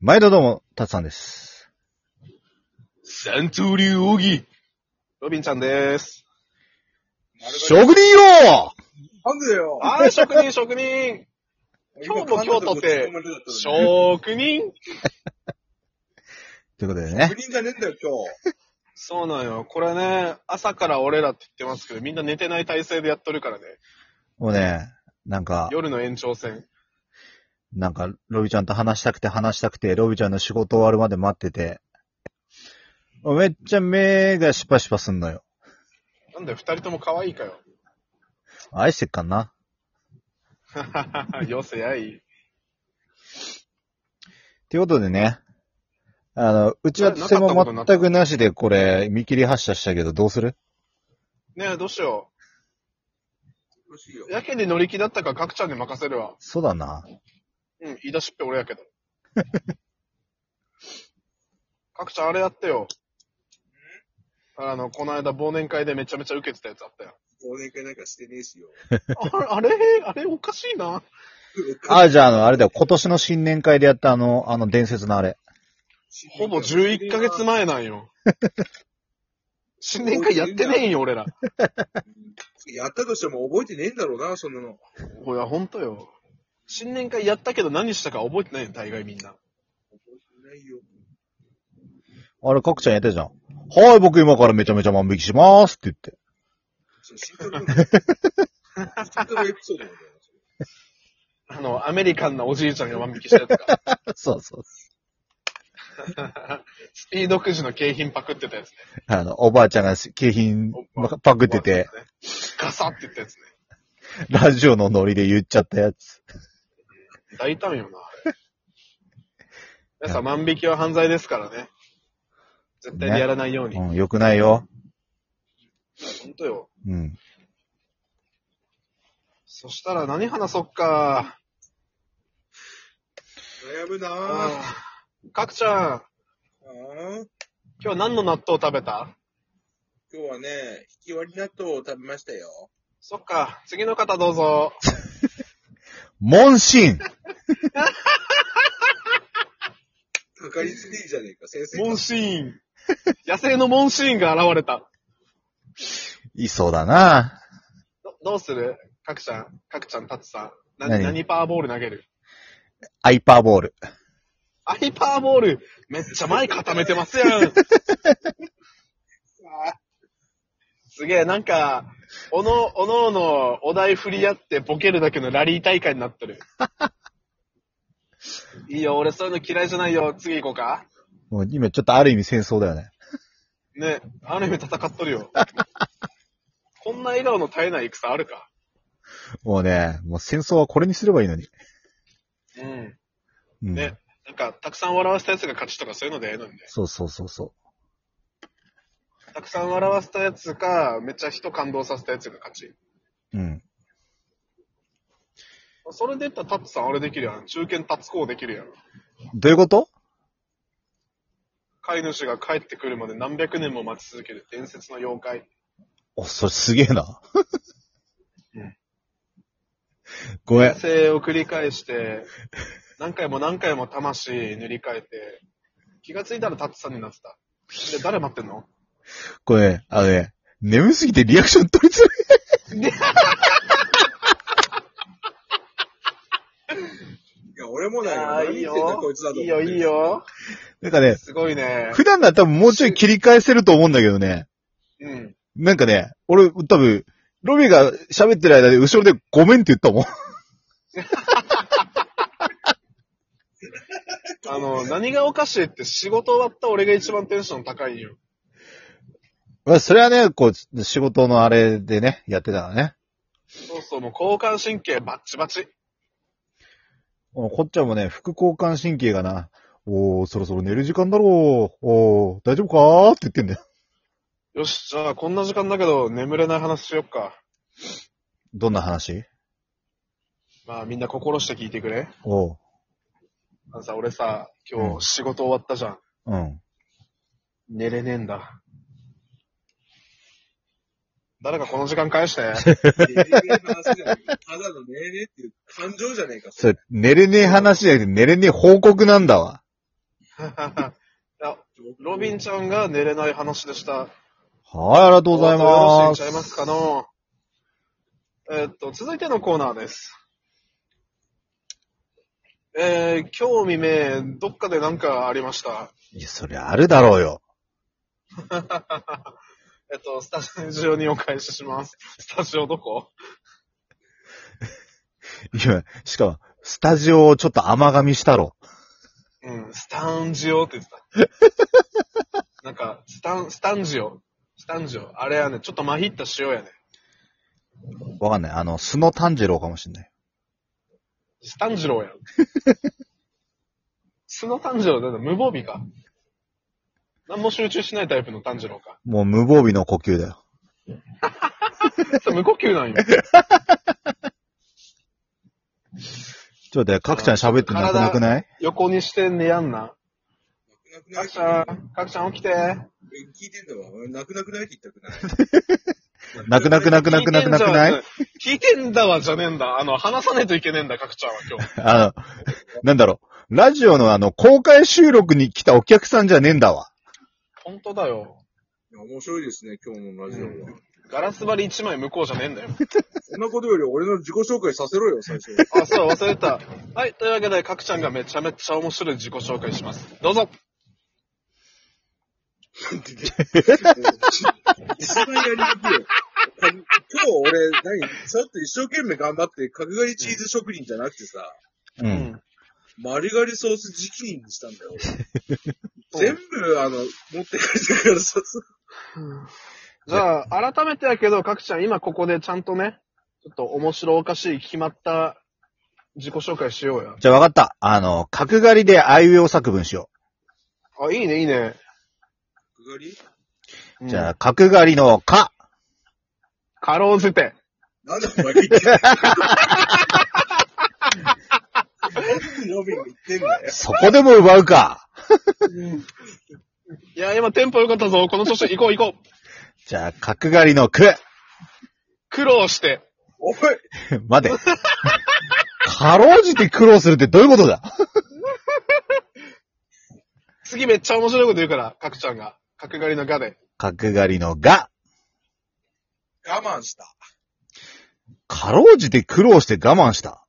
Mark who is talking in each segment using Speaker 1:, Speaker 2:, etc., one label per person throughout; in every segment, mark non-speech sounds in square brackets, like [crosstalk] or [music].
Speaker 1: 毎度どうも、たつさんです。
Speaker 2: 三刀流奥義。ロビンちゃんです。
Speaker 1: 職人よ
Speaker 3: なんでよ
Speaker 2: あー、職人、職人。今日も京都って
Speaker 3: 職
Speaker 2: 職人
Speaker 1: ということでね。
Speaker 3: 人じゃねえんだよ、今
Speaker 2: そうなんよ。これね、朝から俺らって言ってますけど、みんな寝てない体勢でやっとるからね。
Speaker 1: もうね、なんか、
Speaker 2: 夜の延長戦。
Speaker 1: なんか、ロビちゃんと話したくて話したくて、ロビちゃんの仕事終わるまで待ってて、めっちゃ目がシュパシュパすんのよ。
Speaker 2: なんだよ、二人とも可愛いかよ。
Speaker 1: 愛してっかんな。
Speaker 2: はははは [laughs] よせやい。
Speaker 1: ということでね、あの、うちはつて
Speaker 2: なかったこと
Speaker 1: も
Speaker 2: になった
Speaker 1: 全くなしでこれ、見切り発車したけど、どうする
Speaker 2: ねえ、どうしよ。
Speaker 3: 日。しいう
Speaker 2: やけに乗り気だったから、ガクちゃんに任せるわ。
Speaker 1: そうだな。
Speaker 2: うん、言い出しっぺ俺やけ [laughs] ど。ガクちゃん、あれやってよ。あの、この間忘年会でめちゃめちゃ受けてたやつあったよ。
Speaker 3: 忘年会なんかしてねえしよ。
Speaker 2: ああれあれおかしいな。
Speaker 3: [laughs]
Speaker 1: あ、じゃあ、あの、あれだよ、今年の新年会でやったあの、あの伝説のあれ。
Speaker 2: ほぼ11ヶ月前なんよ。新年会やってねえんよ、俺ら。
Speaker 3: やったとしても覚えてねえんだろうな、そんなの。
Speaker 2: ほら、ほんとよ。新年会やったけど何したか覚えてないよ、大概みんな。
Speaker 3: 覚えてないよ。
Speaker 1: あれ、かくちゃんやったじゃん。はい、僕今からめちゃめちゃ万引きしますって言って。 [laughs]
Speaker 3: それ新作の、新作のエピソードなんだよ。
Speaker 2: あの、アメリカンなおじいちゃんが万引きしたやつ [laughs] か。
Speaker 1: そうそう。
Speaker 2: スピードくじの景品パクってたやつね。
Speaker 1: あの、おばあちゃんが景品パクってて、。
Speaker 2: ガサって言ったやつね。
Speaker 1: ラジオのノリで言っちゃったやつ。
Speaker 2: 大胆よな、あれ。皆さん、万引きは犯罪ですからね。絶対にやらないように。
Speaker 1: うん、良くないよ。
Speaker 2: ほんとよ。
Speaker 1: うん。
Speaker 2: そしたら何話そっか。
Speaker 3: 悩むなぁ。あ
Speaker 2: ああかくちゃん、
Speaker 3: ー
Speaker 2: 今日何の納豆食べた
Speaker 3: 今日はね、引き割り納豆を食べましたよ。
Speaker 2: そっか、次の方どうぞ。
Speaker 1: 問診
Speaker 3: かかりすぎじゃねえか、先生。
Speaker 2: モンシーン。野生のモンシーンが現れた。
Speaker 1: いそうだな
Speaker 2: どどうするかくちゃん、かくちゃん、たつさん。何、
Speaker 1: 何
Speaker 2: 何パーボール投げる
Speaker 1: アイパーボール。
Speaker 2: アイパーボール、めっちゃ前固めてますやん。
Speaker 3: あ
Speaker 2: すげえ、なんか、おの、おのおのお題振り合ってボケるだけのラリー大会になってる。いいよ、俺そういうの嫌いじゃないよ。次行こうか。
Speaker 1: もう今ちょっとある意味戦争だよね。
Speaker 2: ね、アニメ戦っとる [laughs] よ。こんな笑顔の絶えない戦あるか。
Speaker 1: もうね、もう戦争はこれにすればいいのに。
Speaker 2: うん。
Speaker 1: うん。
Speaker 2: ね。なんか、たくさん笑わせたやつが勝ちとかそういうのでええのにね。
Speaker 1: そうそうそうそ
Speaker 2: たくさん笑わせたやつか、めっちゃ人感動させたやつが勝ち。
Speaker 1: う。うん。
Speaker 2: それで言ったらタッツさんあれできるやん。中堅タツコできるやん。
Speaker 1: どういうこと
Speaker 2: 飼い主が帰ってくるまで何百年も待ち続ける伝説の妖怪。
Speaker 1: お、それすげえな
Speaker 2: うん。
Speaker 1: ごめん
Speaker 2: 転。生を繰り返して、何回も何回も魂塗り替えて、気がついたらタッツさんになってた。で、誰待ってんの
Speaker 1: これね、あのね、眠すぎてリアクション取りづらい。
Speaker 3: いや、俺もだよ。
Speaker 2: あーいい
Speaker 3: 何言ってんだ
Speaker 2: よ
Speaker 3: こいつだ。と
Speaker 2: いい
Speaker 3: 思っ
Speaker 2: よ、
Speaker 3: て
Speaker 2: いい。よ。
Speaker 1: なんかね、
Speaker 2: すごいね。
Speaker 1: 普段なら多分もうちょい切り返せると思うんだけどね。
Speaker 2: うん。
Speaker 1: なんかね、俺、多分、ロビーが喋ってる間で後ろでごめんって言ったもん。
Speaker 2: あの、何がおかしいって仕事終わった俺が一番テンション高いよ。
Speaker 1: [laughs] まあ、それはね、こう、仕事のあれでね、やってたからね。
Speaker 2: そうそう、もう交感神経バッチバチ。
Speaker 1: こっちはもうね、副交感神経がな、おー、そろそろ寝る時間だろう。おー、大丈夫かーって言ってんだよ。
Speaker 2: よし、じゃあこんな時間だけど眠れない話しよっか。
Speaker 1: どんな話
Speaker 2: まあみんな心して聞いてくれ。
Speaker 1: おー、
Speaker 2: あのさ、俺さ、
Speaker 1: う
Speaker 2: 今
Speaker 1: ん
Speaker 2: 日仕事終わったじゃん。
Speaker 1: うん。
Speaker 2: 寝れねえんだ。誰かこの時
Speaker 1: [laughs]
Speaker 2: 間返して。
Speaker 3: 命令の話じゃないただの命令っていう感情じゃねえか。
Speaker 1: それ、寝れねえ話じゃなくて、寝れねえ報告なんだわ。
Speaker 2: いやロビンちゃんが寝れない話でした。
Speaker 1: はい、ありがとうござい
Speaker 2: よろ
Speaker 1: ま
Speaker 2: しいんちゃいます
Speaker 1: す。
Speaker 2: かの。えーっと、続いてのコーナーです。えー、今日未明、どっかでなんかありました。
Speaker 1: いや、そりゃあるだろうよ。
Speaker 2: えっと、スタジオにお返しします。スタジオどこ
Speaker 1: いや、しかも、スタジオをちょっと甘噛みしたろ。
Speaker 2: うん、スタンジオって言って [laughs] た。なんか、スタン、スタンジオ。スタンジオ。あれやね、ちょっとまひった塩やね。
Speaker 1: わかんない。あの、スノ炭治郎かもしんない。
Speaker 2: スタンジロー [laughs] やん。素の炭治郎だよ、無防備か。何も集中しないタイプの炭治郎か。
Speaker 1: もう無防備の呼吸だよ。
Speaker 2: それ無呼吸なんよ。
Speaker 1: ちょっと待って、かくちゃん喋ってなくなくない
Speaker 2: 横にして寝やんな。かく
Speaker 3: なくなくない
Speaker 2: ちゃん、かくちゃん起きて。
Speaker 3: 聞いてんだわ。泣く泣くないって言ったくない。
Speaker 1: なくなくなくなくなくなくない
Speaker 2: 聞いてんだわじゃねえんだ。あの、話さないといけねえんだ、かくちゃんは今日。
Speaker 1: あの、 [laughs] なんだろう。ラジオのあの、公開収録に来たお客さんじゃねえんだわ。
Speaker 2: 本当だよ。
Speaker 3: いや面白いですね、今日のラジオは。
Speaker 2: ガラス張り一枚向こうじゃねえんだよ。
Speaker 3: そんなことより俺の自己紹介させろよ、最初。
Speaker 2: あ、そう、忘れてた。はい、というわけで、かくちゃんがめちゃめちゃ面白い自己紹介します。どうぞ。
Speaker 3: 一番やりにくいよ。今日俺、何ちょっと一生懸命頑張って、角刈りチーズ職人じゃなくてさ、
Speaker 1: う。。
Speaker 2: うん
Speaker 3: 丸刈りソース直人にしたんだよ。全部、あの、持って帰ってからさ、
Speaker 2: じゃあ、改めてやけど、かくちゃん、今ここでちゃんとね、ちょっと面白おかしい決まった自己紹介しようや。
Speaker 1: じゃあ分かった。あの、角刈りであいうえお作文しよ
Speaker 2: あ、いいね、いいね。
Speaker 3: 角刈り
Speaker 1: う。じゃあ、角刈りのか。
Speaker 2: あ、かろうじて。
Speaker 3: なんでお前が言ってんだよ。ロビンが言ってんだよ。
Speaker 1: そこでも奪うか。
Speaker 2: いや、今テンポ良かったぞ。この調子、行こう行こう。
Speaker 1: じゃあ、角刈りのく。 [laughs]
Speaker 2: 苦労して。
Speaker 3: おい、
Speaker 2: [laughs]
Speaker 1: 待て。かろうじて苦労するってどういうことだ
Speaker 2: 次めっちゃ面白いこと言うから、かくちゃんが。角刈りのガで。
Speaker 1: 角刈りのが。
Speaker 3: 我慢した。
Speaker 1: かろうじて苦労して我慢した。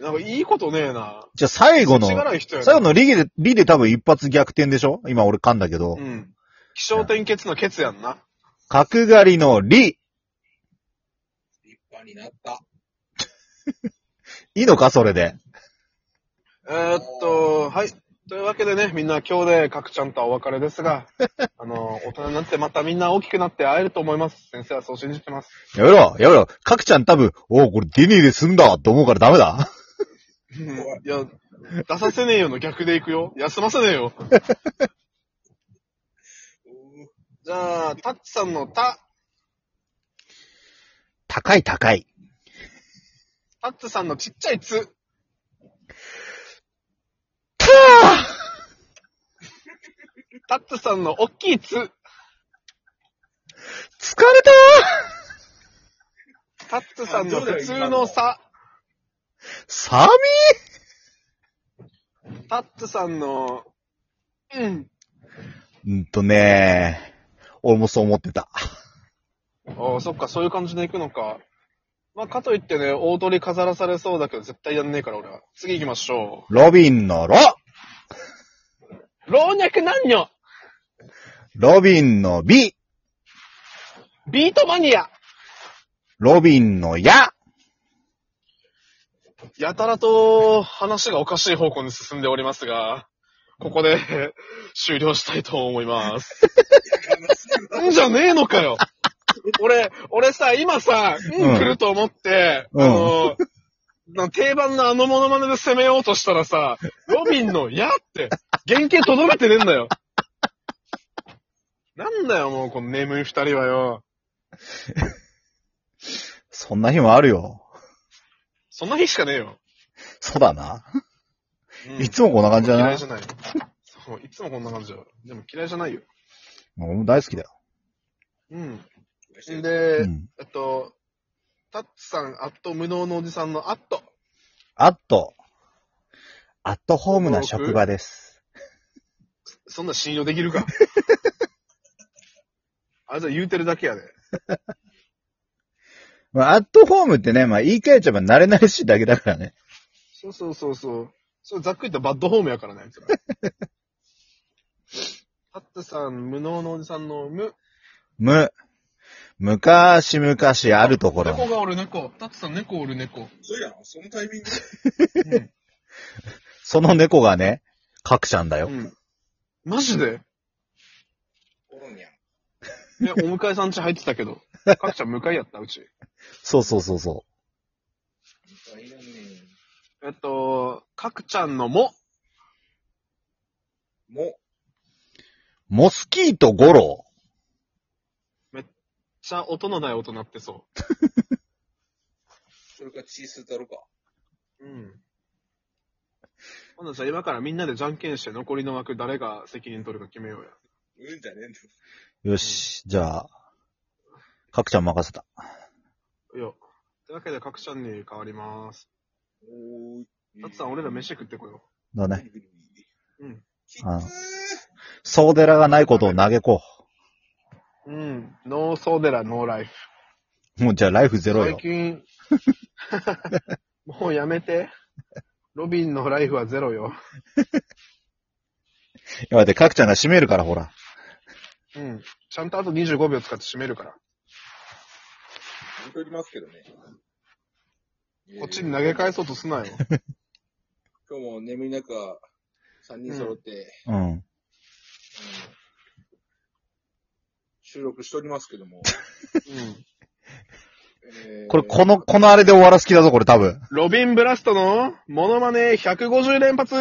Speaker 2: なんかいいことねえな。
Speaker 1: じゃあ最後の、
Speaker 2: 違
Speaker 1: 最
Speaker 2: い人や
Speaker 1: 後
Speaker 2: な。
Speaker 1: のリで、リで多分一発逆転でしょ今俺噛んだけど
Speaker 2: う。ん。気象転結のケツやんな。
Speaker 1: 角刈りのり。
Speaker 3: 立派になった。
Speaker 1: いいのかそれで。
Speaker 2: えーっと、はい。というわけでね、みんな今日でかくちゃんとはお別れです
Speaker 1: [laughs]
Speaker 2: が、あの、大人になってまたみんな大きくなって会えると思います。先生はそう信じてます。
Speaker 1: やめろ、やめろ。角ちゃん多分、おう、これ出ねえで済んだと思うからダメだ。
Speaker 2: いや、出させねえよの逆でいくよ。休ませねえよ。じゃあ、タッチさんのタ、
Speaker 1: 高い高い。
Speaker 2: タッチさんのちっちゃいつ。
Speaker 1: た
Speaker 2: タッチさんの大きいつ。
Speaker 1: 疲れた
Speaker 2: タッチさんの普通のさ。
Speaker 1: 寒い
Speaker 2: タッチさんの、うん。
Speaker 1: うんとね俺もそう思ってた。
Speaker 2: ああ、そっか、そういう感じでいくのか。まあ、かといってね、大鳥飾らされそうだけど、絶対やんねえから、俺は。次行きましょ
Speaker 1: ロビンのロ
Speaker 2: う。老若男女
Speaker 1: ロビンのビ
Speaker 2: ビートマニア
Speaker 1: ロビンのヤ
Speaker 2: やたらと話がおかしい方向に進んでおりますが、ここで終了したいと思います。うんじゃねえのかよ俺、俺さ、今さ、うん、
Speaker 1: うん
Speaker 2: 来ると思って、
Speaker 1: うん
Speaker 2: あの、な定番のあのモノマネで攻めようとしたらさ、ロビンのやって、原型とどめてねえんだよ。なんだよ、もう、この眠い二人はよ。
Speaker 1: そんな日もあるよ。
Speaker 2: そんな日しかねえよ。
Speaker 1: そうだな。
Speaker 2: うん
Speaker 1: いつもこんな感じじゃな
Speaker 2: 嫌い
Speaker 1: い
Speaker 2: じゃない。そう、いつもこんな感じだよ。でも嫌いじゃないよ。
Speaker 1: 俺も大好きだよ。
Speaker 2: うん。
Speaker 3: で
Speaker 2: で、
Speaker 1: うん。
Speaker 2: えっと、タッチさん、アット無能のおじさんのアット。
Speaker 1: あと、アットホームな職場です。
Speaker 2: そんな信用できるか。 [laughs] あいつは言うてるだけやで。
Speaker 1: まあ、アットホームってね、まあ、言い換えちゃえば慣れ慣れしいだけだからね。
Speaker 2: そうそうそうそう。それざっくり言ったらバッドホームやからね、あい
Speaker 1: [laughs]
Speaker 2: つら。ハットさん、無能のおじさんの無。
Speaker 1: む、昔々あるところ。
Speaker 2: 猫がおる猫。タッツさん猫おる猫。
Speaker 3: そうやん、そのタイミングで。
Speaker 1: その猫がね、カクちゃんだよ
Speaker 2: う。ん。マジで
Speaker 3: おるんやん。
Speaker 2: いや、お迎えさん家入ってた
Speaker 1: [laughs]
Speaker 2: けど。かっちゃん迎えやった、うち。
Speaker 1: そうそうそうそ
Speaker 3: あいらんね
Speaker 2: えっと、かくちゃんのも。
Speaker 3: も、
Speaker 1: う。モスキートゴロ
Speaker 2: じゃあ、音のない音なってそう
Speaker 3: それかチースだろか。
Speaker 2: う。うん。ほな、じゃあ今からみんなでじゃんけんして残りの枠誰が責任取るか決めようや。
Speaker 3: うんじゃねえんだよ。
Speaker 1: よし、じゃあ、カクちゃん任せた。
Speaker 2: いや。というわけで、かくちゃんに変わります。
Speaker 3: おーい。
Speaker 2: たつさん、俺ら飯食ってこよ
Speaker 1: だ
Speaker 3: ブ
Speaker 1: ね。
Speaker 3: リブリブリ
Speaker 2: うん。
Speaker 3: きつ
Speaker 1: あの
Speaker 3: ー
Speaker 1: ソーデラがないことを嘆こ
Speaker 2: う。うん。ノーソーデラ、ノーライフ。
Speaker 1: う。もうじゃあライフゼロ
Speaker 2: 最
Speaker 1: よ。
Speaker 2: 近、 [laughs] もうやめて。ロビンのライフはゼロよ。
Speaker 1: やばい、カクちゃんが閉めるからほら。
Speaker 2: うん。ちゃんとあと25秒使って締めるから。
Speaker 3: 見とりますけどね。
Speaker 2: こっちに投げ返そうとすなよ。
Speaker 3: 今日も眠い中、三人揃って、うん
Speaker 1: うん。
Speaker 3: 収録しておりますけども。
Speaker 2: うん。
Speaker 3: えー
Speaker 1: これ、この、このあれで終わらす気だぞ、これ多分。
Speaker 2: ロビン・ブラストのモノマネ150連発